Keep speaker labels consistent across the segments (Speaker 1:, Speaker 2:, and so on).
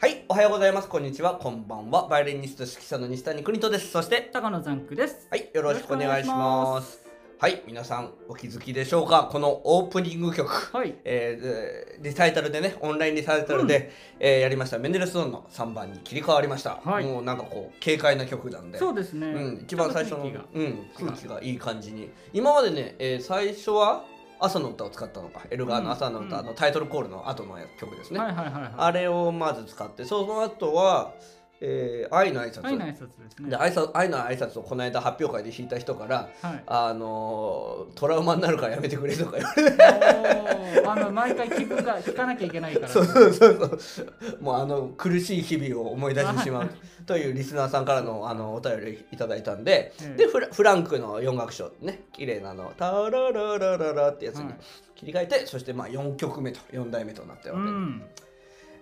Speaker 1: はい、おはようございます。こんにちは。こんばんは。バイオリニスト指揮者の西谷邦人です。そして、
Speaker 2: 高野ザンクです。
Speaker 1: はい、よろしくお願いします。はい、皆さんお気づきでしょうか。このオープニング曲。
Speaker 2: はい。
Speaker 1: えーリサイタルでねオンラインリサイタルで、えーやりましたメンデルスゾーンの3番に切り替わりました、
Speaker 2: はい
Speaker 1: もうなんかこう軽快な曲なんで
Speaker 2: そうですね。
Speaker 1: うん、一番最初の
Speaker 2: ちょっと空気
Speaker 1: うん、空気がいい感じに今までね、えー最初は朝の歌を使ったのかエルガーの朝の歌
Speaker 2: うん
Speaker 1: のタイトルコールの後の曲ですね、
Speaker 2: がはいはいはいはい。
Speaker 1: あれをまず使ってその後は、えー愛の挨拶
Speaker 2: はい、挨拶ですね。
Speaker 1: で愛さ愛の挨拶をこの間発表会で弾いた人から
Speaker 2: はい。
Speaker 1: あのートラウマになるからやめてくれとか言われて
Speaker 2: おーあの毎回 聞くか聞かなきゃいけないから。
Speaker 1: そうそうそうそうもうあの苦しい日々を思い出してしまうというリスナーさんからのあのお便りいただいたんで
Speaker 2: ええ
Speaker 1: でフラフランクの4楽章ね綺麗なあの「タラララララ」ってやつ
Speaker 2: は
Speaker 1: に
Speaker 2: い
Speaker 1: 切り替えて、そしてまあ4曲目と4代目となった
Speaker 2: う
Speaker 1: わけで、
Speaker 2: ん。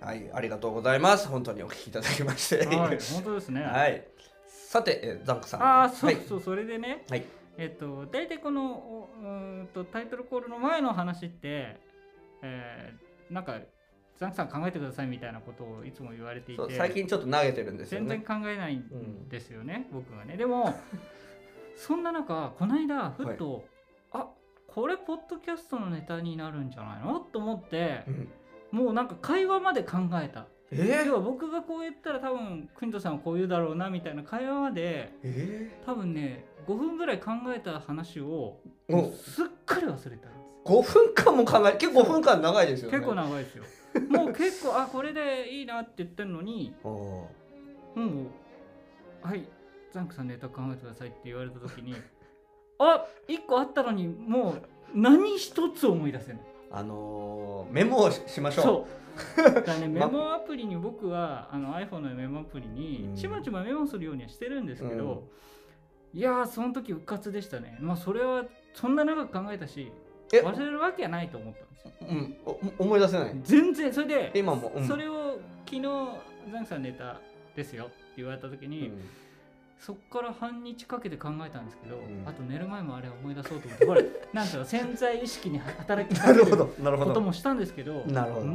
Speaker 1: はい、ありがとうございます本当にお聞きいただきまして
Speaker 2: はい。本当ですね。い。
Speaker 1: はいさてえザンクさん
Speaker 2: ああ、そう
Speaker 1: はい
Speaker 2: そう、それでね、
Speaker 1: はい
Speaker 2: えっと大体このおうーんとタイトルコールの前の話って、えー、なんかザンクさん考えてくださいみたいなことをいつも言われていて
Speaker 1: そ、う最近ちょっと投げてるんですよ
Speaker 2: 全然
Speaker 1: ね
Speaker 2: 考えないんですよね、僕はねで もそんな中この間ふっと、あこれポッドキャストのネタになるんじゃないのと思って
Speaker 1: うん
Speaker 2: もうなんか会話まで考えた
Speaker 1: え
Speaker 2: 要
Speaker 1: ー、
Speaker 2: は僕がこう言ったら多分邦人さんはこう言うだろうなみたいな会話まで
Speaker 1: え
Speaker 2: 多分ね5分ぐらい考えた話を
Speaker 1: ー、もう
Speaker 2: すっかり忘れたんです
Speaker 1: 5分間も考え結構5分間長いですよね
Speaker 2: 結構長いですよもう結構あこれでいいなって言ってるのに
Speaker 1: おー
Speaker 2: もうはいザンクさんネタ考えてくださいって言われた時に あ一1個あったのにもう何一つ思い出せない
Speaker 1: あのーメモをししましょう
Speaker 2: そうだ からねメ
Speaker 1: ま
Speaker 2: モアプリに僕はあの iPhone のメモアプリ
Speaker 1: う
Speaker 2: に
Speaker 1: ん
Speaker 2: ちまちまメモするようにはしてるんですけど、いやーその時うかつでしたねまあそれはそんな長く考えたし
Speaker 1: え
Speaker 2: 忘れるわけはないと思ったんですよ
Speaker 1: うん、お思い出せない
Speaker 2: 全然それで
Speaker 1: 今も、うん、
Speaker 2: それを昨日ザンクさんネタですよって言われた時
Speaker 1: う
Speaker 2: に、
Speaker 1: ん
Speaker 2: そっから半日かけて考えたんですけど、
Speaker 1: ん
Speaker 2: あと寝る前もあれ思い出そうと思って これなんか潜在意識に働き
Speaker 1: な
Speaker 2: かけ
Speaker 1: る
Speaker 2: る
Speaker 1: ほ
Speaker 2: こ
Speaker 1: どなるほ
Speaker 2: と
Speaker 1: ど
Speaker 2: もしたんですけど
Speaker 1: なるほど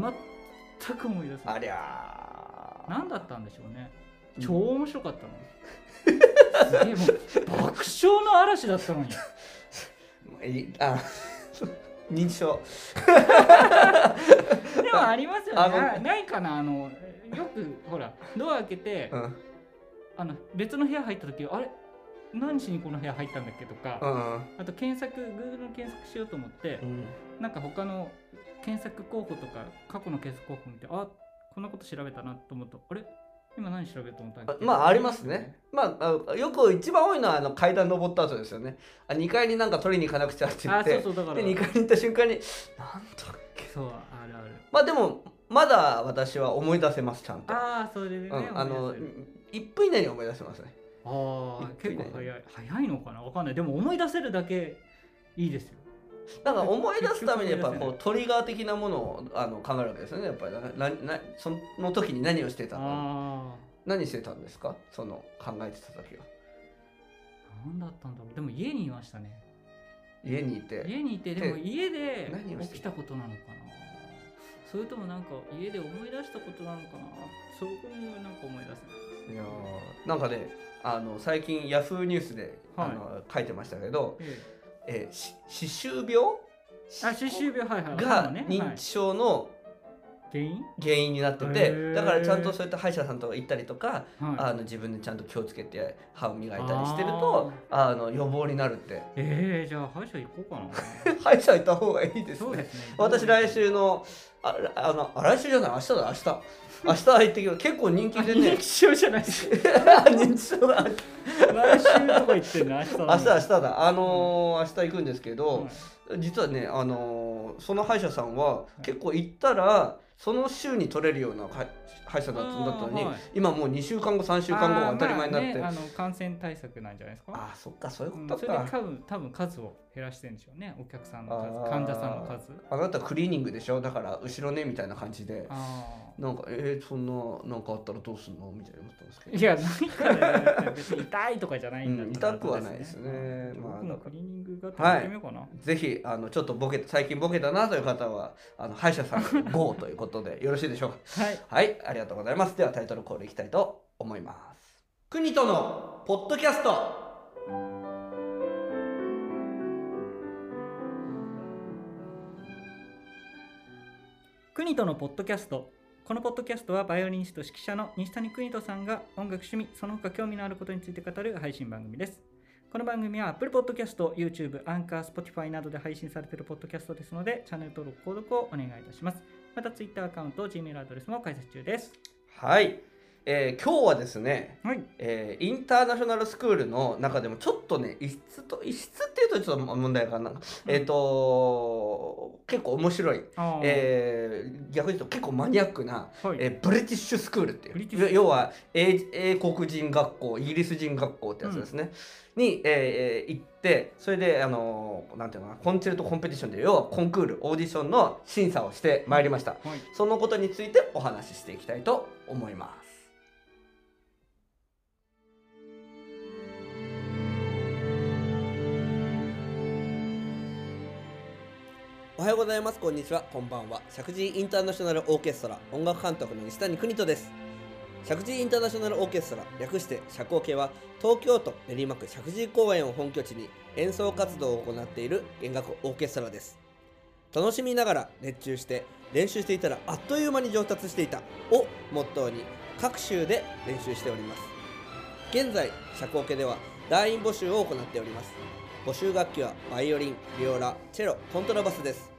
Speaker 2: 全く思い出せな
Speaker 1: あ
Speaker 2: い
Speaker 1: りゃー
Speaker 2: 何だったんでしょうね
Speaker 1: うん
Speaker 2: 超面白かったの、すげえもう爆笑の嵐だったのに
Speaker 1: いあ 認知症
Speaker 2: でもありますよ
Speaker 1: あ
Speaker 2: ね
Speaker 1: の
Speaker 2: なないかなあのよくほらドア開けて、
Speaker 1: うんうん
Speaker 2: あの別の部屋入った時あれ何しにこの部屋入ったんだっけとか、
Speaker 1: うん
Speaker 2: あと検索 Google の検索しようと思って、
Speaker 1: うん
Speaker 2: なんか他の検索候補とか過去の検索候補見てあこんなこと調べたなと思うとあれ今何調べようと思ったんだ
Speaker 1: あ
Speaker 2: っけ
Speaker 1: まあありますねまああよく一番多いのはあの階段登った後ですよねあ2階になんか取りに行かなくちゃって言
Speaker 2: あ
Speaker 1: って
Speaker 2: そうそうだか
Speaker 1: で
Speaker 2: ら
Speaker 1: 2階に行った瞬間になんだっけ
Speaker 2: そうあるある
Speaker 1: まあでもまだ私は思い出せますちゃんと
Speaker 2: ああそれでね、
Speaker 1: うん、あ
Speaker 2: 思
Speaker 1: の
Speaker 2: い出せる
Speaker 1: 1分以内に思い出せますね
Speaker 2: あー
Speaker 1: 一分
Speaker 2: 結
Speaker 1: 以内
Speaker 2: 構早い早いのかなわかんないでも思い出せるだけいいですよ
Speaker 1: なんか思い出すためにやっぱこうトリガー的なものをあの考えるわけですよねやっぱりなななその時に何をしてたの
Speaker 2: あ
Speaker 1: 何してたんですかその考えてた時は
Speaker 2: あなんだったんだろうでも家にいましたね
Speaker 1: 家にいて
Speaker 2: 家にいてでも
Speaker 1: で
Speaker 2: 家で
Speaker 1: 何をして
Speaker 2: 起きたことなのかなそれともなんか家で思い出したことなのかなそこもなんか思い出せないです
Speaker 1: いやーなんかねあの最近ヤフーニュースで、
Speaker 2: は
Speaker 1: あ
Speaker 2: い
Speaker 1: の書いてましたけど、
Speaker 2: え
Speaker 1: え
Speaker 2: え
Speaker 1: ーし歯周病
Speaker 2: あ、歯周病、はいはい。
Speaker 1: が
Speaker 2: 頭ねは
Speaker 1: 認
Speaker 2: い
Speaker 1: 知症の
Speaker 2: 原因
Speaker 1: 原因になってて、
Speaker 2: へー
Speaker 1: だからちゃんとそういった歯医者さんとか行ったりとか、
Speaker 2: は
Speaker 1: あ
Speaker 2: い。
Speaker 1: の自分でちゃんと気をつけて歯を磨いたりしてるとあの予防になるって
Speaker 2: ええじゃあ歯医者行こうかな。
Speaker 1: 歯医者行った方がいいです
Speaker 2: そう
Speaker 1: ね
Speaker 2: ですね。
Speaker 1: 私来。週のああのあ来週じゃない明日だ明日明日行ってきます結構人気で ね
Speaker 2: 認知症じゃないし。
Speaker 1: 認知症だ
Speaker 2: 来週とか言ってるの、明日。
Speaker 1: 明日明日だあのー明日行くんですけ
Speaker 2: は
Speaker 1: ど
Speaker 2: い、
Speaker 1: 実はねあのーその歯医者さんは結構行ったらその週に取れるような歯歯医者だっただったのに、
Speaker 2: あーはい
Speaker 1: 今もう2週間後3週間後が当たり前になって
Speaker 2: あー
Speaker 1: あ,、
Speaker 2: まあねあの感染対策なんじゃないですか。
Speaker 1: あそっかそういう
Speaker 2: う
Speaker 1: こ
Speaker 2: ん
Speaker 1: とだっ
Speaker 2: そ
Speaker 1: た
Speaker 2: れで多分多分数を減らしてるんでしょうねお客さんの数患者さんの数
Speaker 1: あなたクリーニングでしょだから後ろねみたいな感じで
Speaker 2: あ
Speaker 1: なんかえー、そんななんかあったらどうすんのみたいに思ったんですけ
Speaker 2: ー
Speaker 1: ど
Speaker 2: いやないから別に痛いとかじゃないんだ
Speaker 1: うん
Speaker 2: から
Speaker 1: 痛くはないですね
Speaker 2: うん
Speaker 1: まあだ
Speaker 2: 僕も
Speaker 1: から
Speaker 2: クリーニングがやってみようかな、
Speaker 1: ぜひあのちょっとボケ最近ボケたなという方はあの歯医者さん GO ということでよろしいでしょうか
Speaker 2: はい
Speaker 1: はいありがとうございますではタイトルコールいきたいと思います国とのポッドキャスト
Speaker 2: 国とのポッドキャストこのポッドキャストはバイオリニスト指揮者の西谷邦人さんが音楽趣味その他興味のあることについて語る配信番組ですこの番組は Apple Podcast、YouTube、Anchor、Spotify などで配信されているポッドキャストですのでチャンネル登録・購読をお願いいたしますまた Twitter アカウント、Gmail アドレスも開設中です
Speaker 1: はい、えー今日はですね
Speaker 2: はい
Speaker 1: えーインターナショナルスクールの中でもちょっとね異質と異質っていうとちょっと問題かな、えっ、と結構面白い、
Speaker 2: あー
Speaker 1: えー逆に言うと結構マニアックな、
Speaker 2: はい
Speaker 1: えーブリティッシュスクールって
Speaker 2: ブリティ
Speaker 1: い
Speaker 2: ッシ
Speaker 1: う
Speaker 2: ュ
Speaker 1: 要は英英国人学校イギリス人学校ってやつですね、に、えーえー行ってそれであのーなんていうのかなコンチェルトコンペティションで要はコンクールオーディションの審査をしてまいりました
Speaker 2: はい
Speaker 1: そのことについてお話ししていきたいと思います。おはようございます。こんにちは。こんばんは。石神井インターナショナルオーケストラ音楽監督の西谷邦人です。石神井インターナショナルオーケストラ略して社交系は東京都練馬区石神井公園を本拠地に演奏活動を行っている弦楽オーケストラです。楽しみながら熱中して練習していたらあっという間に上達していたをモットーに各州で練習しております現在社交系では団員募集を行っております募集楽器はバイオリンビオラチェロコントラバスです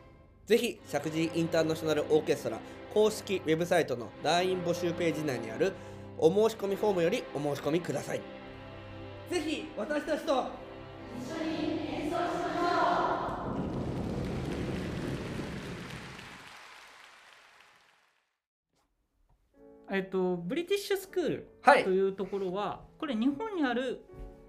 Speaker 1: ぜひ石神井インターナショナルオーケストラ公式ウェブサイトの団員募集ページ内にあるお申し込みフォームよりお申し込みくださいぜひ私たちと
Speaker 2: えっとブリティッシュスクール
Speaker 1: はい
Speaker 2: というところは、これ日本にある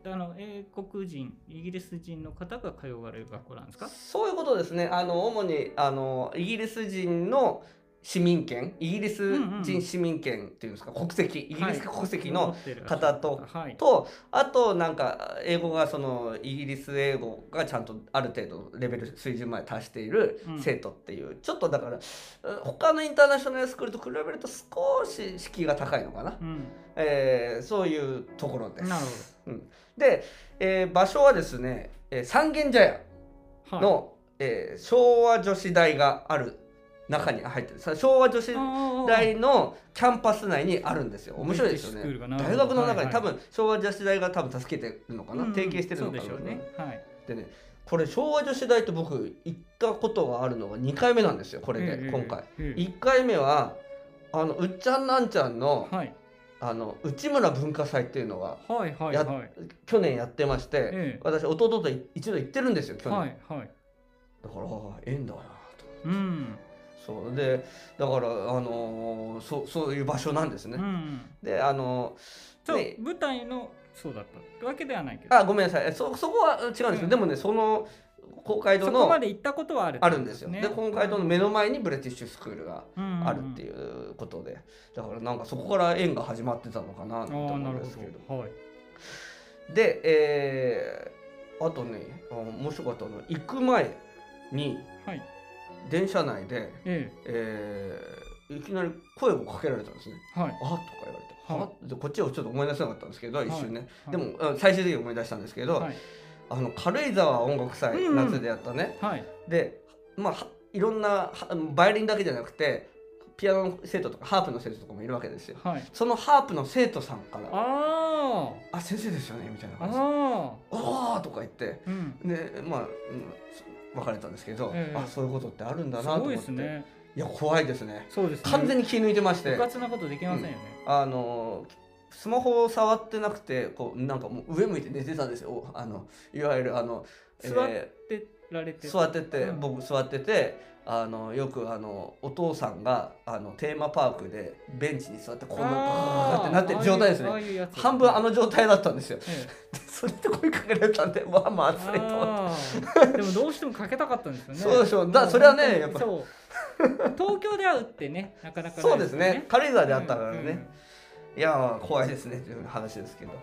Speaker 2: あの英国人イギリス人の方が通われる学校なんですか
Speaker 1: そういうことですね。あの主にあのイギリス人の市民権、イギリス
Speaker 2: うんうん
Speaker 1: 人市民権っていうんですか、国籍、イギリス国籍の
Speaker 2: 方
Speaker 1: 方と
Speaker 2: はい、
Speaker 1: とあとなんか英語がそのイギリス英語がちゃんとある程度レベル水準まで達している
Speaker 2: うん
Speaker 1: 生徒っていう、ちょっとだからうん他のインターナショナルスクールと比べると少し敷居が高いのかな、
Speaker 2: うん、
Speaker 1: えーそういうところです。
Speaker 2: なる
Speaker 1: うん、で、えー場所はですね、えー三軒茶屋。
Speaker 2: ほど、はい、
Speaker 1: の、えー昭和女子大がある中に入ってるさ昭和女子
Speaker 2: 大
Speaker 1: 大のキャンパス内にあるんですよ面白いですよね大学の中に多分、昭和女子大が多分助けてるのかな、提携してるのかな
Speaker 2: そうでしょうね。はい。
Speaker 1: でねこれ昭和女子大と僕行ったことがあるのが2回目なんですよこ
Speaker 2: こ
Speaker 1: れで今回、
Speaker 2: ええ
Speaker 1: 1回目はあのうっちゃんなんちゃんの
Speaker 2: はい
Speaker 1: あの内村文化祭っていうのが
Speaker 2: はいはい
Speaker 1: や
Speaker 2: はい
Speaker 1: 去年やってまして、
Speaker 2: ええ
Speaker 1: 私弟と一度行ってるんですよ去年、
Speaker 2: はいはい。
Speaker 1: だからああ縁だなと
Speaker 2: うん
Speaker 1: そうでだからあのーそうそういう場所なんですね。
Speaker 2: うん。
Speaker 1: であのー
Speaker 2: そう
Speaker 1: ね
Speaker 2: 舞台のそうだったってわけではないけど。
Speaker 1: あごめんなさいえそそこはうん違うんですよ、
Speaker 2: うん
Speaker 1: でもねその公会堂
Speaker 2: そこ
Speaker 1: の
Speaker 2: まで行ったことはある。
Speaker 1: あるんですよ。
Speaker 2: ね
Speaker 1: で公会堂の目の前にブリティッシュスクールがあるって
Speaker 2: う
Speaker 1: いうことで、だからなんかそこから縁が始まってたのかなと
Speaker 2: んうんうん。あ
Speaker 1: 思
Speaker 2: あ
Speaker 1: う
Speaker 2: なんる
Speaker 1: ですけど。
Speaker 2: ほど。はい。
Speaker 1: で、えーあとねあ面白かったのは行く前に
Speaker 2: はい。
Speaker 1: 電車内で、
Speaker 2: え
Speaker 1: えーいきなり声をかけられたんですね。
Speaker 2: えは
Speaker 1: あ
Speaker 2: い。
Speaker 1: とか言われて、
Speaker 2: はい
Speaker 1: はでこっちはちょっと思い出せなかったんですけど、
Speaker 2: い
Speaker 1: 一瞬ね、
Speaker 2: はい
Speaker 1: でもあ最終的に思い出したんですけど、
Speaker 2: はい
Speaker 1: あの軽井沢音楽祭、
Speaker 2: うんうん
Speaker 1: 夏でやったね
Speaker 2: はい。
Speaker 1: でまあはいろんなはバイオリンだけじゃなくてピアノの生徒とかハープの生徒とかもいるわけですよ
Speaker 2: はい。
Speaker 1: そのハープの生徒さんから「あ
Speaker 2: あ
Speaker 1: 先生ですよね」みたいな
Speaker 2: あ。あ
Speaker 1: 感じで
Speaker 2: あ。
Speaker 1: 「おーとか言って
Speaker 2: うん。
Speaker 1: でまあ、うんそ別れたんですけど、
Speaker 2: ええ
Speaker 1: あそういうことってあるんだ
Speaker 2: す
Speaker 1: なと
Speaker 2: ご
Speaker 1: 思
Speaker 2: い
Speaker 1: っ
Speaker 2: で
Speaker 1: て
Speaker 2: すね。
Speaker 1: いや怖いですね
Speaker 2: そうですね。
Speaker 1: 完全
Speaker 2: に
Speaker 1: に気抜いてまして
Speaker 2: 部活なことできませんよね。
Speaker 1: あのスマホを触ってなくてこうなんかもう上向いて寝てたんですよおあのいわゆるあの、
Speaker 2: 座っ
Speaker 1: え
Speaker 2: でられて
Speaker 1: ー
Speaker 2: て。
Speaker 1: 座ってて、
Speaker 2: うん
Speaker 1: 僕座っててあのよくあのお父さんがあのテーマパークでベンチに座ってこうなってなってる状態ですね
Speaker 2: ね
Speaker 1: 半分あの状態だったんですよ
Speaker 2: え
Speaker 1: でそれで声かけられたんで まあまあ
Speaker 2: え
Speaker 1: 熱いと思って
Speaker 2: あーでもどうしてもかけたかったんですよね
Speaker 1: そうでしょだそれはね
Speaker 2: もう
Speaker 1: やっぱ
Speaker 2: そう東京で会うってねなかなかない
Speaker 1: そうですね軽井沢であったからね、
Speaker 2: うんうんうん
Speaker 1: いやー怖いですねという話ですけど
Speaker 2: は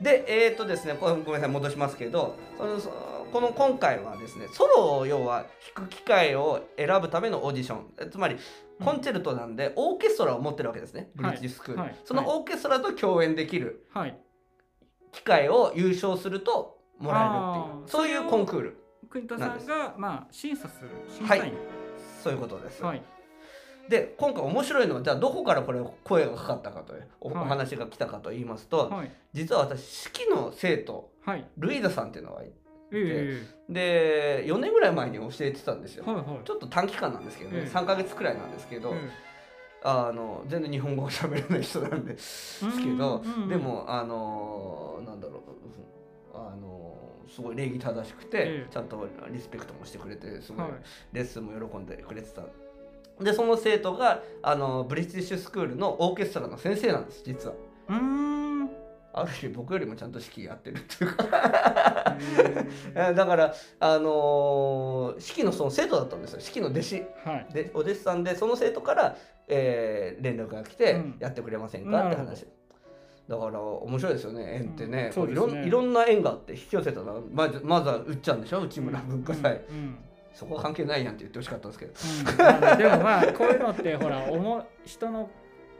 Speaker 2: い
Speaker 1: でえっ、とですねこごめんなさい戻しますけどそのそこの今回はですねソロを要は弾く機会を選ぶためのオーディションえつまり
Speaker 2: うん
Speaker 1: コンチェルトなんでオーケストラを持ってるわけですねブリッジスクール、
Speaker 2: はいはい
Speaker 1: そのオーケストラと共演できる
Speaker 2: はい
Speaker 1: 機会を優勝するともらえるってい
Speaker 2: あ
Speaker 1: う
Speaker 2: ー
Speaker 1: そういうコンクール
Speaker 2: 国田
Speaker 1: な
Speaker 2: さ
Speaker 1: んで
Speaker 2: ん
Speaker 1: す
Speaker 2: がまあ審査する審査員
Speaker 1: そういうことです、
Speaker 2: はい
Speaker 1: で今回面白いのはじゃあどこからこれ声がかかったかというお,、
Speaker 2: はい
Speaker 1: 話が来たかと言いますと、
Speaker 2: はい
Speaker 1: 実は私指揮の生徒
Speaker 2: はい
Speaker 1: ルイダさんっていうのがいて
Speaker 2: え
Speaker 1: で4年ぐらい前に教えてたんです
Speaker 2: え
Speaker 1: よ、
Speaker 2: はいはい
Speaker 1: ちょっと短期間なんですけどね、
Speaker 2: ええ
Speaker 1: 3ヶ月くらいなんですけど、
Speaker 2: うん
Speaker 1: あの全然日本語を喋れない人なんでですけど
Speaker 2: うんうんうん
Speaker 1: でもあのなんだろうあのすごい礼儀正しくて、
Speaker 2: ええ
Speaker 1: ちゃんとリスペクトもしてくれてすごい
Speaker 2: はい
Speaker 1: レッスンも喜んでくれてた。でその生徒があのブリティッシュスクールのオーケストラの先生なんです実は
Speaker 2: うー んへ
Speaker 1: ある日僕よりもちゃんと指揮やってるっていうか
Speaker 2: え
Speaker 1: だからあの指揮のその生徒だったんですよ指揮の弟子
Speaker 2: はい
Speaker 1: でお弟子さんでその生徒から、えー連絡が来て、
Speaker 2: うん
Speaker 1: やってくれませんかって
Speaker 2: なるほ
Speaker 1: 話だから面白いですよね縁ってね,、
Speaker 2: うんそうです
Speaker 1: いろ
Speaker 2: ね
Speaker 1: んいろんな縁があって引き寄せたのはまずまずはうっちゃんでしょ内村文化祭、
Speaker 2: うんうん
Speaker 1: そこは関係ないやんって言ってほしかったんですけど、
Speaker 2: うんまあでもまあこういうのってほらおも人の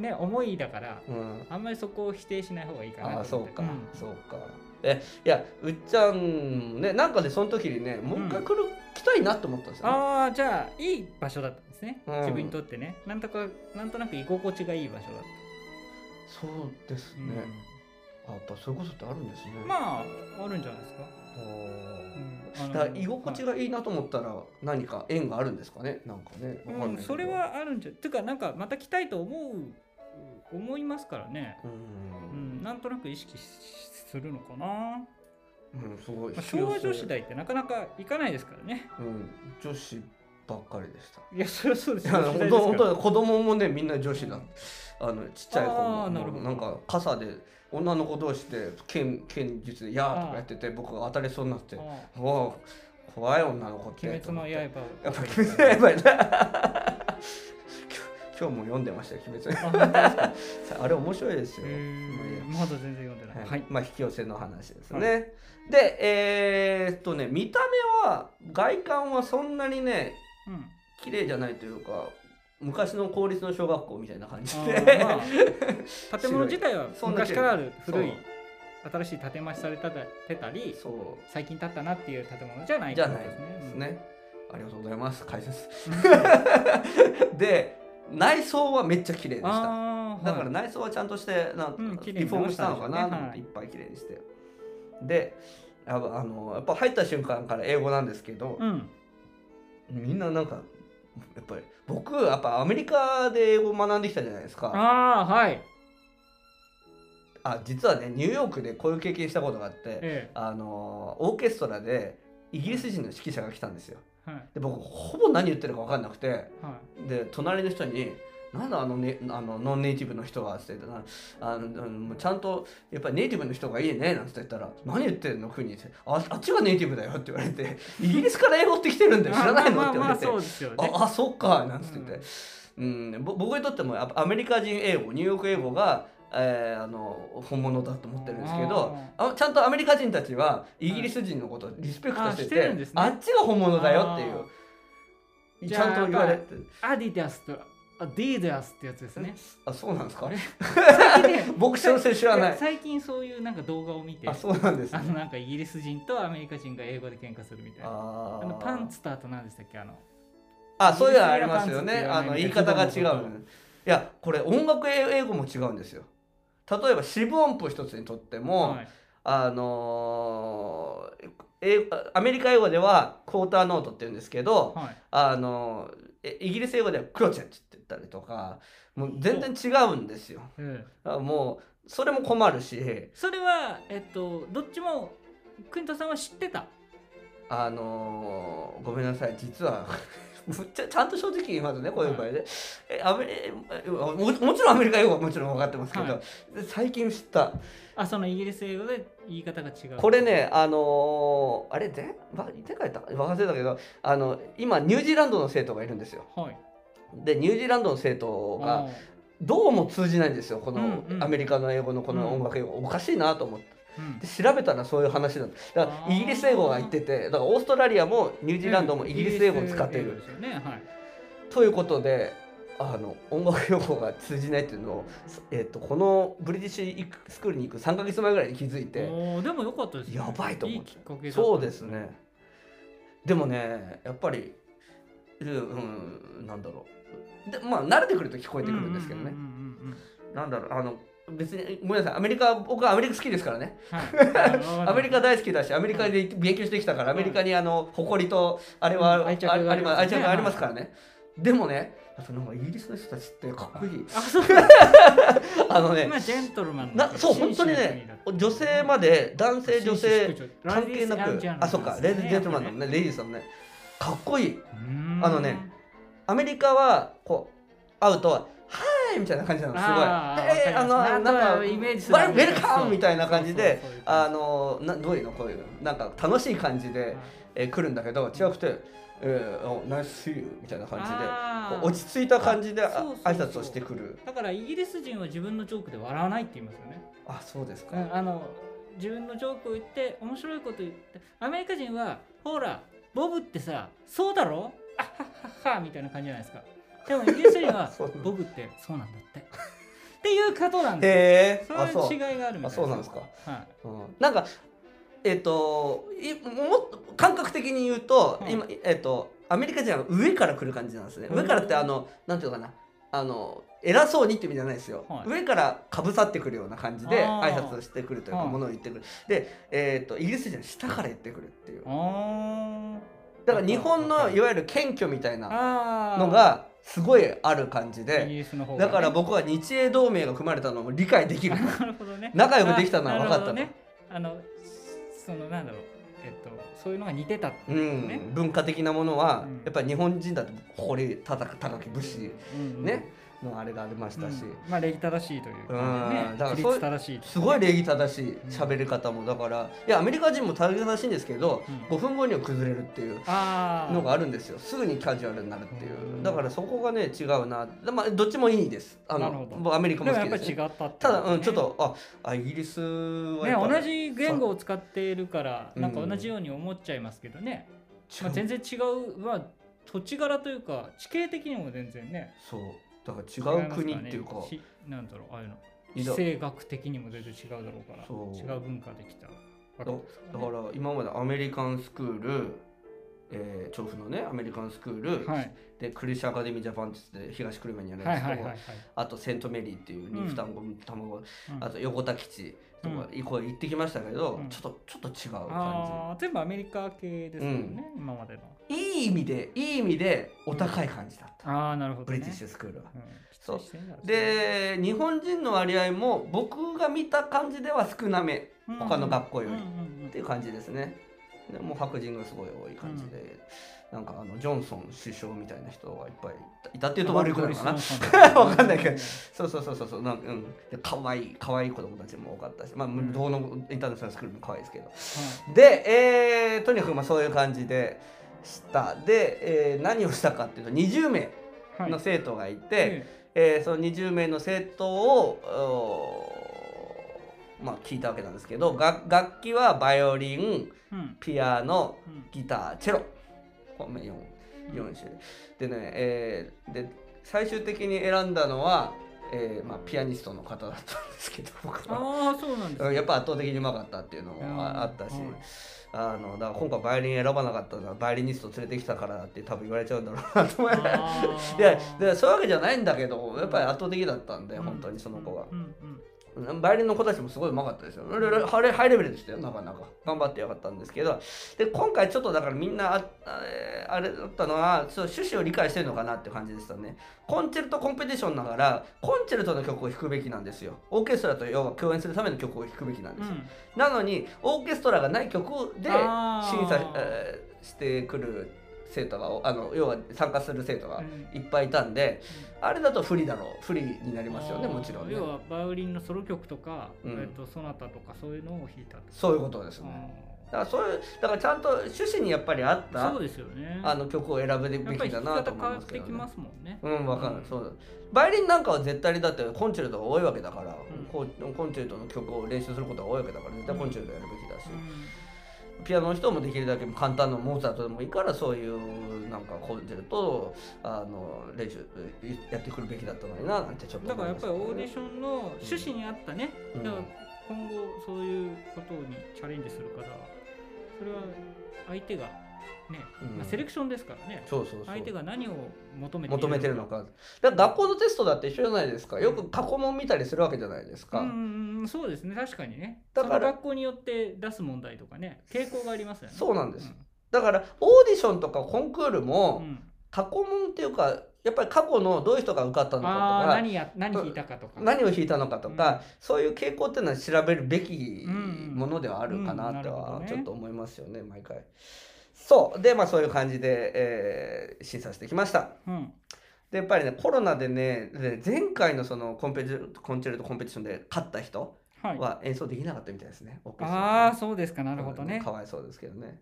Speaker 2: ね思いだから
Speaker 1: うん、
Speaker 2: あんまりそこを否定しない方がいいかな
Speaker 1: ああ
Speaker 2: と
Speaker 1: そ
Speaker 2: 思
Speaker 1: う
Speaker 2: って
Speaker 1: か、そうかえいやうっちゃんねなんかでその時にねもう一回来る、来たいなと思ったんですよ、ね、
Speaker 2: ああじゃあいい場所だったんですね、
Speaker 1: うん
Speaker 2: 自分にとってねなんとかなんとなく居心地がいい場所だっ
Speaker 1: そうです
Speaker 2: た、う
Speaker 1: ね
Speaker 2: ん、
Speaker 1: あやっぱそういうことってあるんですね
Speaker 2: まああるんじゃないですか、
Speaker 1: おー
Speaker 2: うんあの
Speaker 1: だから居心地
Speaker 2: は
Speaker 1: がいいなと思ったら何か縁があるんですかねなんかね
Speaker 2: い
Speaker 1: わかんなん
Speaker 2: う、
Speaker 1: いけど
Speaker 2: それはあるんじゃてかなんかまた来たいと思う思いますからね、
Speaker 1: う
Speaker 2: うんん、なんとなく意識しするのかな、ま
Speaker 1: うんすごい
Speaker 2: あ、昭和女子
Speaker 1: だ
Speaker 2: 大ってなかなか行かないですからね
Speaker 1: うん女子ばっかりでした
Speaker 2: いやそれはそうです
Speaker 1: いや
Speaker 2: 女子
Speaker 1: 本当
Speaker 2: 大です
Speaker 1: 本
Speaker 2: から
Speaker 1: 当子供もねみんな女子だあのちっちゃい子
Speaker 2: あ
Speaker 1: も
Speaker 2: ーな
Speaker 1: も
Speaker 2: るほど
Speaker 1: うなんか傘で女の子同士で剣剣術で「やー」とかやってて僕が当たりそうになって
Speaker 2: あ
Speaker 1: 「わあ怖い女の子っ
Speaker 2: あ
Speaker 1: て」
Speaker 2: 鬼滅の
Speaker 1: と思ってや
Speaker 2: 刃を
Speaker 1: っぱ「鬼滅の刃」や な今日も読んでましたよ「鬼滅の
Speaker 2: あ本当ですか
Speaker 1: 刃」あれ面白いですよ、
Speaker 2: へ
Speaker 1: まあいいや
Speaker 2: ーまだ全然読んでない、
Speaker 1: はい
Speaker 2: はい
Speaker 1: まあ引き寄せの話ですね。
Speaker 2: は
Speaker 1: でえーっとね見た目は外観はそんなにね
Speaker 2: うん
Speaker 1: 綺麗じゃないというか昔の公立の小学校みたいな感じ
Speaker 2: あ
Speaker 1: で、
Speaker 2: ーまあ建物自体は
Speaker 1: そんな
Speaker 2: 昔からある
Speaker 1: そう
Speaker 2: 古い新しい建て増しされたてたり
Speaker 1: そ
Speaker 2: 最近建ったなっていう建物じゃな
Speaker 1: う
Speaker 2: い
Speaker 1: じゃない
Speaker 2: ってこ
Speaker 1: で
Speaker 2: と
Speaker 1: す
Speaker 2: す
Speaker 1: ね。ありがとうございます解説。
Speaker 2: うん
Speaker 1: で内装はめっちゃ綺麗でした。
Speaker 2: あー
Speaker 1: だから
Speaker 2: はい
Speaker 1: 内装はちゃんとしてなんか
Speaker 2: うん
Speaker 1: リ
Speaker 2: 綺
Speaker 1: フ
Speaker 2: 麗に
Speaker 1: ォームしたのかなと思っ
Speaker 2: は
Speaker 1: て
Speaker 2: い
Speaker 1: いっぱい綺麗にして。でやっぱあのやっぱ入った瞬間から英語なんですけど、
Speaker 2: うん
Speaker 1: みんななんかやっぱり僕やっぱアメリカで英語を学んできたじゃないですか
Speaker 2: あーはい
Speaker 1: あ実はねニューヨークでこういう経験したことがあって
Speaker 2: え
Speaker 1: あのーオーケストラでイギリス人の指揮者が来たんですよ
Speaker 2: えはい
Speaker 1: で僕ほぼ何言ってるか分かんなくて
Speaker 2: は
Speaker 1: で隣の人に「なんだあの,、ね、あのノンネイティブの人が」って言ったらあのうんちゃんとやっぱりネイティブの人がいいね」なんて言ったら「何言ってんの国」ってあ「あっちがネイティブだよ」って言われて「イギリスから英語って来てるん
Speaker 2: い
Speaker 1: だよ知らないの?」って言
Speaker 2: まあまあま
Speaker 1: わ
Speaker 2: あ
Speaker 1: れて
Speaker 2: そうですよね
Speaker 1: ああそっかなんつってて、うんぼ僕にとってもやっぱアメリカ人英語ニューヨーク英語が、えーあの本物だと思ってるんですけどあちゃんとアメリカ人たちはイギリス人のことをリスペクトしてて,、
Speaker 2: あしてるんですね
Speaker 1: あっちが本物だよって
Speaker 2: あ
Speaker 1: いう
Speaker 2: ー
Speaker 1: ちゃんと言われて
Speaker 2: アディダスとアディダスってやつですね
Speaker 1: あそうなんですか
Speaker 2: あれ最近ね
Speaker 1: 僕小生知ら ない
Speaker 2: や最近そういうなんか動画を見て
Speaker 1: あそうなんです
Speaker 2: あ
Speaker 1: ね
Speaker 2: のなんかイギリス人とアメリカ人が英語で喧嘩するみたいな。
Speaker 1: あ
Speaker 2: あの
Speaker 1: ー
Speaker 2: パンツとあと何でしたっけあの。
Speaker 1: あそういうのありますよ
Speaker 2: イギ
Speaker 1: ね
Speaker 2: リス
Speaker 1: あ
Speaker 2: はパンツ
Speaker 1: の
Speaker 2: って
Speaker 1: 言い
Speaker 2: 言
Speaker 1: 方
Speaker 2: わな
Speaker 1: が
Speaker 2: いんだ
Speaker 1: 違うのねいやこれ音楽英語も違うんですよ例えば四分音符一つにとっても、
Speaker 2: はい
Speaker 1: あのー英アメリカ英語ではクォーターノートって言うんですけど、
Speaker 2: はい。
Speaker 1: あのーえイギリス英語ではクロチェットって言ったりとかもう全然違うんですよ。
Speaker 2: うん
Speaker 1: あもうそれも困るし、
Speaker 2: それはえっとどっちもクントさんは知ってた。
Speaker 1: あのーごめんなさい実は ぶっちゃちゃんと正直言いますねこういう場合で、えアメリえももちろんアメリカ英語はもちろん分かってますけど、
Speaker 2: は
Speaker 1: 最近知った
Speaker 2: あそのイギリス英語で言い方が違う
Speaker 1: これねあのーあれ前前前回だ忘れたけどあの今ニュージーランドの生徒がいるんですよ
Speaker 2: はい
Speaker 1: でニュージーランドの生徒が
Speaker 2: あー
Speaker 1: どうも通じないんですよこの
Speaker 2: うんうん
Speaker 1: アメリカの英語のこの音楽英語、おかしいなと思って。
Speaker 2: うん
Speaker 1: で調べたらそういう話だっただか
Speaker 2: あ
Speaker 1: ら
Speaker 2: ー
Speaker 1: イギリス英語が言っててだからオーストラリアもニュージーランドもイギリス英語を使ってい
Speaker 2: イギリ
Speaker 1: る
Speaker 2: ス英語ですよねはい
Speaker 1: ということであの音楽用語が通じないっていうのを、えっとこのブリティッシュスクールに行く3ヶ月前ぐらいに気づいて
Speaker 2: おーでもよかったですね
Speaker 1: やばいと思
Speaker 2: い
Speaker 1: っ
Speaker 2: い
Speaker 1: て
Speaker 2: きっかけだった
Speaker 1: そうですねでもねやっぱりうんうんなんだろうでまあ慣れてくると聞こえてくるんですけどね、
Speaker 2: うんうんうんうんうん
Speaker 1: なんだろうあの別にごめんなさいアメリカ僕はアメリカ好きですからね
Speaker 2: はい
Speaker 1: アメリカ大好きだしアメリカで勉強してきたからア
Speaker 2: うん
Speaker 1: メリカにあの誇りとあれは
Speaker 2: うん
Speaker 1: あ
Speaker 2: 愛着
Speaker 1: あ
Speaker 2: があ
Speaker 1: れ
Speaker 2: り
Speaker 1: は
Speaker 2: ますね
Speaker 1: 愛着がありますからねでもねあとなんかイギリスの人たちってかっこいい
Speaker 2: あそうです
Speaker 1: あのね
Speaker 2: まあジェントルマン
Speaker 1: なそう本当にね女性まで男性女性関係なくあそっかレディージェントルマンだもんねレディースだもんねかっこいいあのねアメリカはこう会うと「はい」みたいな感じなのすごい
Speaker 2: あー
Speaker 1: 「えーあ
Speaker 2: わ
Speaker 1: の
Speaker 2: かります
Speaker 1: なん
Speaker 2: なん
Speaker 1: か
Speaker 2: となくイメージす
Speaker 1: 「
Speaker 2: る
Speaker 1: ワイウェルカム」みたいな感じで
Speaker 2: そうそうそうそういう感
Speaker 1: あのなどういうのこういうのなんか楽しい感じで。えー来るんだけど違くて「えー、ナイスシーみたいな感じでこう落
Speaker 2: ち
Speaker 1: ち着いた感じであ
Speaker 2: あそうそうそう
Speaker 1: 挨拶をしてくる
Speaker 2: だからイギリス人は自分のジョークで笑わないって言いますよね
Speaker 1: あそうですか、
Speaker 2: うんあの自分のジョークを言って面白いこと言ってアメリカ人はほらボブってさそうだ ろあはっはっはみたいな感じじゃないですかでもイギリス人は
Speaker 1: そうなんだ
Speaker 2: ボブってそうなんだってっていうことなんです
Speaker 1: へえ
Speaker 2: そ
Speaker 1: あそうう
Speaker 2: いう違いがあるみた
Speaker 1: あ
Speaker 2: い
Speaker 1: そうなんですか、
Speaker 2: はい
Speaker 1: うん、なんかえっ、といもっと感覚的に言うと、
Speaker 2: はい
Speaker 1: 今えっ、とアメリカ人は上から来る感じなんですね
Speaker 2: うん
Speaker 1: 上からってあのなんていうのかなあの偉そうにって意味じゃないですよ、
Speaker 2: はい
Speaker 1: 上からかぶさってくるような感じで
Speaker 2: あ
Speaker 1: 挨
Speaker 2: ー
Speaker 1: 拶をしてくるというか
Speaker 2: はい
Speaker 1: ものを言ってくるで、えっとイギリス人は下から言ってくるっていう
Speaker 2: あ
Speaker 1: だから日本
Speaker 2: わか
Speaker 1: の
Speaker 2: る
Speaker 1: いわゆる謙虚みたいな
Speaker 2: あ
Speaker 1: のがすごいある感じ
Speaker 2: イギ
Speaker 1: で
Speaker 2: リスの方がね
Speaker 1: だから僕は日英同盟が組まれたのも理解できる
Speaker 2: なるほどね
Speaker 1: 仲良くできたのは分かったの
Speaker 2: あなるほどねあのそのなんだろうえっとそういうのが似てたって
Speaker 1: う
Speaker 2: ことね
Speaker 1: ん、文化的なものは
Speaker 2: うん
Speaker 1: やっぱり日本人だと誇り高く高き武士
Speaker 2: うんうん
Speaker 1: ねのあれがありましたし
Speaker 2: うんまあ礼儀正しいというか
Speaker 1: うん
Speaker 2: ね
Speaker 1: だから
Speaker 2: 規
Speaker 1: そう
Speaker 2: 律正しいと
Speaker 1: すごい礼儀正しい喋り方もだからいやアメリカ人も正しいんですけど
Speaker 2: う
Speaker 1: 5分後には崩れるっていう
Speaker 2: ああ
Speaker 1: のがあるんですよすぐにキャジュアルになるっていううんだからそこがね違うな、まあ、どっちもいいですあ
Speaker 2: なる
Speaker 1: の
Speaker 2: ほど
Speaker 1: 僕アメリカ
Speaker 2: で
Speaker 1: も
Speaker 2: も
Speaker 1: 好
Speaker 2: や
Speaker 1: き
Speaker 2: っ
Speaker 1: で
Speaker 2: ぱり違
Speaker 1: す
Speaker 2: っ
Speaker 1: ね、
Speaker 2: たってことね
Speaker 1: ただ、うん、ちょっとああイギリスは
Speaker 2: ね
Speaker 1: やっぱ
Speaker 2: 同じ言語を使っているから
Speaker 1: そう
Speaker 2: なんか同じように思っちゃいますけどね
Speaker 1: 違う
Speaker 2: まあ全然違うまあ土地柄というか地形的にも全然ね
Speaker 1: そうだから違う国
Speaker 2: い
Speaker 1: っ
Speaker 2: ますらね
Speaker 1: ていうか
Speaker 2: しなんだろうああいうの
Speaker 1: いざ
Speaker 2: 性学的にも全然違うだろうから
Speaker 1: そう
Speaker 2: 違う文化できたわけです
Speaker 1: だ
Speaker 2: よね
Speaker 1: から今までアメリカンスクール、えー、調布のねアメリカンスクール、
Speaker 2: はい
Speaker 1: でクリスチャンアカデミージャパンって言って東久留米にあるんで
Speaker 2: は
Speaker 1: すけ
Speaker 2: い
Speaker 1: ど、
Speaker 2: はいはいはい
Speaker 1: あとセントメリーっていう二卵、卵
Speaker 2: うん
Speaker 1: あと横田基地とか、こう行ってきましたけど、
Speaker 2: うん
Speaker 1: ちょっとちょっと違う感
Speaker 2: あー全部アメリカ系ですよね今までの
Speaker 1: じいい意味でいい意味でお高い感じだった、
Speaker 2: ああなるほど
Speaker 1: ブ
Speaker 2: ね
Speaker 1: リティッシュスクールは。
Speaker 2: うん
Speaker 1: そう
Speaker 2: きつい視点だ
Speaker 1: で日本人の割合も僕が見た感じでは少なめ他の学校より
Speaker 2: うんうんうん
Speaker 1: っていう感じですね。でもう白人がすごい多い感じで、なんかあのジョンソン首相みたいな人がいっぱいいたいたっていうと悪くなるのかな。
Speaker 2: な
Speaker 1: わかんないけどそうそうそうそうそうなんかうんで可愛い可愛い子供たちも多かったし、まあ
Speaker 2: ん
Speaker 1: どうのインターナショナルスクールも可愛いですけど。で、えーとにかくまあそういう感じでした。で、えー何をしたかっていうと20名
Speaker 2: はい
Speaker 1: の生徒がいて。
Speaker 2: え
Speaker 1: えーその20名の生徒をおーまあ聞いたわけなんですけどが楽器はバイオリン
Speaker 2: えうん
Speaker 1: ピアノ
Speaker 2: うん
Speaker 1: ギターチェロこの 4, 4種類でね、えーで最終的に選んだのは、えーまあ、ピアニストの方だったんですけ ど僕は
Speaker 2: ああそうなんです
Speaker 1: うん
Speaker 2: ね
Speaker 1: やっぱ圧倒的にうまかったっていうのもああったし
Speaker 2: うん。
Speaker 1: あのだから今回バイオリン選ばなかったのはバイオリニスト連れてきたからだって多分言われちゃうんだろうなと思いながら
Speaker 2: あー
Speaker 1: でで そういうわけじゃないんだけどやっぱり圧倒的だったんで、
Speaker 2: うん
Speaker 1: 本当にその子が、
Speaker 2: うんうん
Speaker 1: バイオリンの子たちもすごいうまかったですよレレハレハイレベルでしたよなかなか頑張ってよかったんですけどで今回ちょっとだからみんなああえーあれだったのはそう趣旨を理解してるのかなって感じでしたねコンチェルトコンペティションながらコンチェルトの曲を弾くべきなんですよオーケストラと要は共演するための曲を弾くべきなんで
Speaker 2: う
Speaker 1: すよ、
Speaker 2: ん
Speaker 1: なのにオーケストラがない曲で
Speaker 2: あー
Speaker 1: 審査、えーしてくる生徒があの要は参加する生徒が
Speaker 2: うん
Speaker 1: いっぱいいたんで、あれだと不利だろう不利になりますよね
Speaker 2: あー
Speaker 1: もちろんね
Speaker 2: 要はバイオリンのソロ曲とか、
Speaker 1: うん
Speaker 2: えっとソナタとかそういうのを弾いたってこ
Speaker 1: そういうことです
Speaker 2: と
Speaker 1: ねだ
Speaker 2: あ
Speaker 1: からそういうだからちゃんと趣旨にやっぱり合っ
Speaker 2: ー
Speaker 1: た
Speaker 2: そうですよね
Speaker 1: あの曲を選ぶべ
Speaker 2: やっぱ
Speaker 1: き
Speaker 2: り
Speaker 1: だ
Speaker 2: 弾き
Speaker 1: なと
Speaker 2: 方
Speaker 1: 思い
Speaker 2: 変わ
Speaker 1: ま
Speaker 2: っ
Speaker 1: すけ
Speaker 2: て
Speaker 1: ど、
Speaker 2: き
Speaker 1: ね
Speaker 2: ま、すもんね
Speaker 1: うんわかんない、
Speaker 2: うん
Speaker 1: そうだバイオリンなんかは絶対にだってコンチェルトが多いわけだから、
Speaker 2: ん
Speaker 1: こうコンチェルトの曲を練習することが多いわけだから絶対コンチェルトやるべきだし、
Speaker 2: う
Speaker 1: ピアノの人もできるだけ簡単なモーツァルトでもいいからそういうなんかコンチェルトをあの練習やってくるべきだったのにななんてちょっ
Speaker 2: ん
Speaker 1: と
Speaker 2: だからやっぱりオーディ
Speaker 1: ョ
Speaker 2: ションの趣旨に合ったね、
Speaker 1: うん
Speaker 2: だから今後そういうことにチャレンジする方はそれは相手がね、
Speaker 1: うん
Speaker 2: まあ、セレクションですからね
Speaker 1: そうそうそう
Speaker 2: 相手が何を求めてい
Speaker 1: 求めてるのかだから学校のテストだって一緒じゃないですかよく過去問見たりするわけじゃないですか、
Speaker 2: うんうんうんそうですね確かにね
Speaker 1: だから
Speaker 2: その学校によって出す問題とかね傾向がありますよね
Speaker 1: そうなんですだからオーディションとかコンクールも、
Speaker 2: うんうん
Speaker 1: 過去問っていうかやっぱり過去のどういう人が受かったの
Speaker 2: ああ
Speaker 1: か
Speaker 2: 何や何弾いたかと
Speaker 1: とか
Speaker 2: か
Speaker 1: 何を引いたのかとか、
Speaker 2: うん
Speaker 1: そういう傾向っていうのは調べるべき
Speaker 2: うん
Speaker 1: ものではあるかなと
Speaker 2: うんなるほど
Speaker 1: は
Speaker 2: ね
Speaker 1: ちょっと思いますよね毎回。そうでまあそういう感じで、えー審査してきました。
Speaker 2: うん
Speaker 1: でやっぱりねコロナでねで前回のそのコンペジュコンチェルトコンペティションで勝った人
Speaker 2: はい
Speaker 1: は演奏できなかったみたいですね。オーケストラ
Speaker 2: ああそうですかなるほどね
Speaker 1: かわいそうですけどね。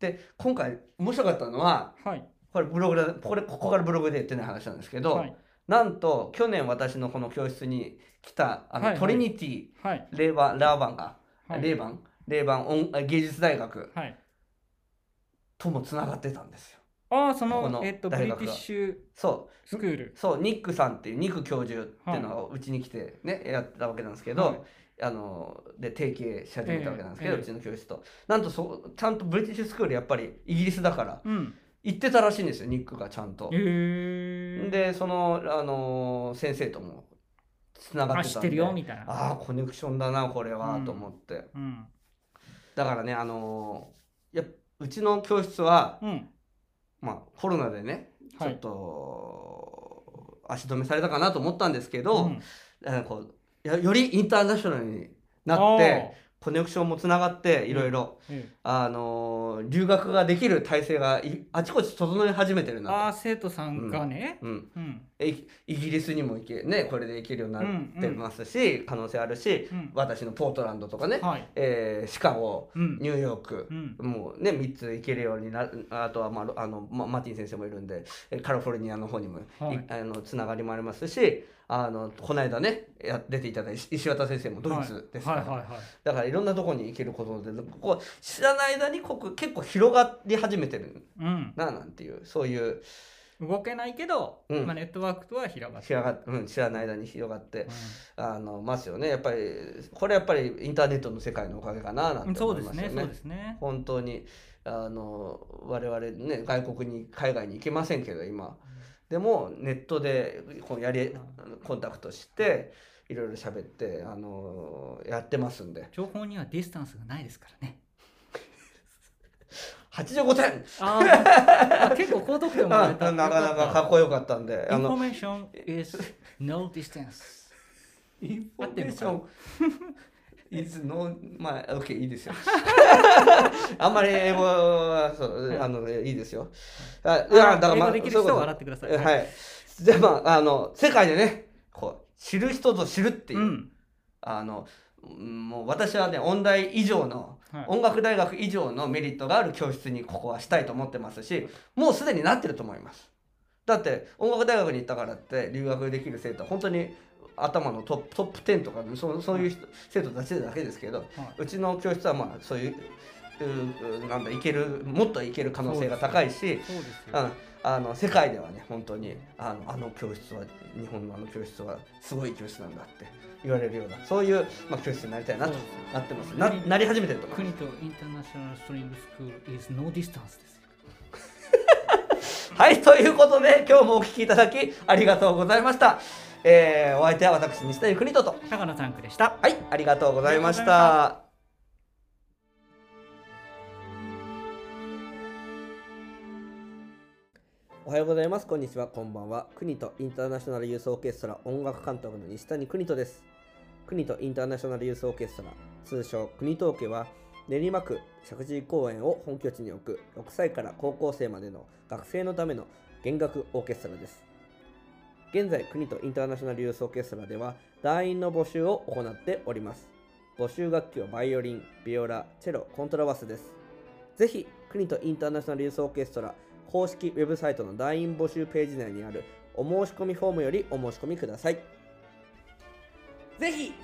Speaker 1: で今回面白かったのは
Speaker 2: はい
Speaker 1: これブログでこれここからブログで言ってない話なんですけど、
Speaker 2: はい
Speaker 1: なんと去年私のこの教室に来たあの、
Speaker 2: はいはい
Speaker 1: トリニティ
Speaker 2: はい
Speaker 1: レーバンラーバンが、
Speaker 2: はい
Speaker 1: レーバンレーバン音芸術大学
Speaker 2: はい
Speaker 1: ともつながってたんですよ。
Speaker 2: ああそ
Speaker 1: ここ
Speaker 2: の
Speaker 1: の
Speaker 2: えっとブ
Speaker 1: 大
Speaker 2: リ
Speaker 1: 学
Speaker 2: テ
Speaker 1: が
Speaker 2: ィッシュ
Speaker 1: そ
Speaker 2: スクール
Speaker 1: うそうニックさんっていうニック教授っていうのがうちに来てね、やったわけなんですけど、
Speaker 2: はい
Speaker 1: あので提携し始めたわけなんですけど、
Speaker 2: ええ
Speaker 1: うちの教室となんとそちゃんとブリティッシュスクールやっぱりイギリスだから
Speaker 2: うん
Speaker 1: 行ってたらしいんですよニックがちゃんと。
Speaker 2: へえ
Speaker 1: でその、あのー先生ともつなが
Speaker 2: あ
Speaker 1: って
Speaker 2: 知
Speaker 1: た
Speaker 2: っ
Speaker 1: んで
Speaker 2: てるよみたいな
Speaker 1: ああコネクションだなこれは、
Speaker 2: うん
Speaker 1: と思って
Speaker 2: うん
Speaker 1: だからねあのーいやうちの教室は、
Speaker 2: うん
Speaker 1: まあ、コロナでねち
Speaker 2: は
Speaker 1: ょ
Speaker 2: い
Speaker 1: っと、足止めされたかなと思ったんですけど、
Speaker 2: うん
Speaker 1: あのこうやよりインターナショナルになってコネクションもつながっていろいろ、
Speaker 2: あーええ
Speaker 1: あのー留学ができる体制がいあちこち整い始めてる
Speaker 2: あ
Speaker 1: な
Speaker 2: ー生徒さんがね
Speaker 1: と。うん
Speaker 2: うん
Speaker 1: えイギリスにも行けねこれで行けるようになってますし、可能性あるし
Speaker 2: うん
Speaker 1: 私のポートランドとかね、
Speaker 2: はい
Speaker 1: えーシカゴ
Speaker 2: うん
Speaker 1: ニューヨーク
Speaker 2: う、ん
Speaker 1: もうね3つ行けるようになあとは、まあロ、あのまマーティン先生もいるんでえカリフォルニアの方にも、
Speaker 2: はい
Speaker 1: いあのつながりもありますしあのこの間ねや出ていただいた石渡先生もドイツですから、
Speaker 2: はいはいはいはい
Speaker 1: だからいろんなとこに行けることでここ知らない間にここ結構広がり始めてる
Speaker 2: うん
Speaker 1: ななんていうそういう
Speaker 2: 動けないけど、
Speaker 1: うん
Speaker 2: まあ、ネットワークとは平場
Speaker 1: 知らが、うん、知らない間に広がって
Speaker 2: うん。
Speaker 1: あのますよねやっぱりこれやっぱりインターネットの世界のおかげかななんて
Speaker 2: そう
Speaker 1: 思い
Speaker 2: で
Speaker 1: ますすよ
Speaker 2: ね
Speaker 1: ね。
Speaker 2: そうですね。
Speaker 1: 本当にあの我々ね外国に海外に行けませんけど今でもネットでこうやりコンタクトしていろいろ喋ってあのやってますんで
Speaker 2: 情報にはディスタンスがないですからね。
Speaker 1: 85点
Speaker 2: あー あ、結構高得点
Speaker 1: うん
Speaker 2: も
Speaker 1: な
Speaker 2: ら
Speaker 1: か
Speaker 2: えた。
Speaker 1: なかかっこよかったんで
Speaker 2: イ
Speaker 1: あ
Speaker 2: ンフォ
Speaker 1: の
Speaker 2: メーション is no distance。
Speaker 1: イン
Speaker 2: フォメーション
Speaker 1: is no まあ OK いいですよあんまり英語はそうあのいいですよあいやだからまあ
Speaker 2: 英語でき
Speaker 1: そ
Speaker 2: る
Speaker 1: ういうこと
Speaker 2: 人は笑ってください。い。
Speaker 1: はい。じゃあまあ、あの、世界でね、こう、知る人ぞ知るっていうう、
Speaker 2: ん。
Speaker 1: あの、うんもう私はね、音大以上の、
Speaker 2: はい
Speaker 1: 音楽大学以上のメリットがある教室にここはしたいと思ってますし、もうすでになってると思います。だって、音楽大学に行ったからって、留学できる生徒は本当に頭のトップトップ10とかそうそういう人生徒たちだけですけど、
Speaker 2: は
Speaker 1: うちの教室はまあ、そういう、ううなんだ、いける、もっといける可能性が高いし、
Speaker 2: そうです
Speaker 1: う
Speaker 2: よ。
Speaker 1: ん、あの世界ではね本当にあのあの教室は日本のあの教室はすごい教室なんだって言われるようなそういう、まあ、教室になりたいなと
Speaker 2: そうですよ
Speaker 1: なってますななり始めてると思い
Speaker 2: 国
Speaker 1: ま
Speaker 2: とインターナショナルストリングスクール is no distance ですよ。
Speaker 1: すはいということで今日もお聞きいただきありがとうございました、えーお相手は私西谷邦人と
Speaker 2: 高野タンクでした。
Speaker 1: はいありがとうございまし
Speaker 2: ありがとうござ
Speaker 1: た
Speaker 3: おはようございます。こんにちは。こんばんは。国とインターナショナルユースオーケストラ音楽監督の西谷邦人です。国とインターナショナルユースオーケストラ、通称国東家は、
Speaker 1: 練馬区石神井公園を本拠地に置く6歳から高校生までの学生のための弦楽オーケストラです現在国とインターナショナルユースオーケストラでは団員の募集を行っております募集楽器はバイオリンビオラチェロコントラバスですぜひ国とインターナショナルユースオーケストラ公式ウェブサイトの団員募集ページ内にあるお申し込みフォームよりお申し込みくださいぜひ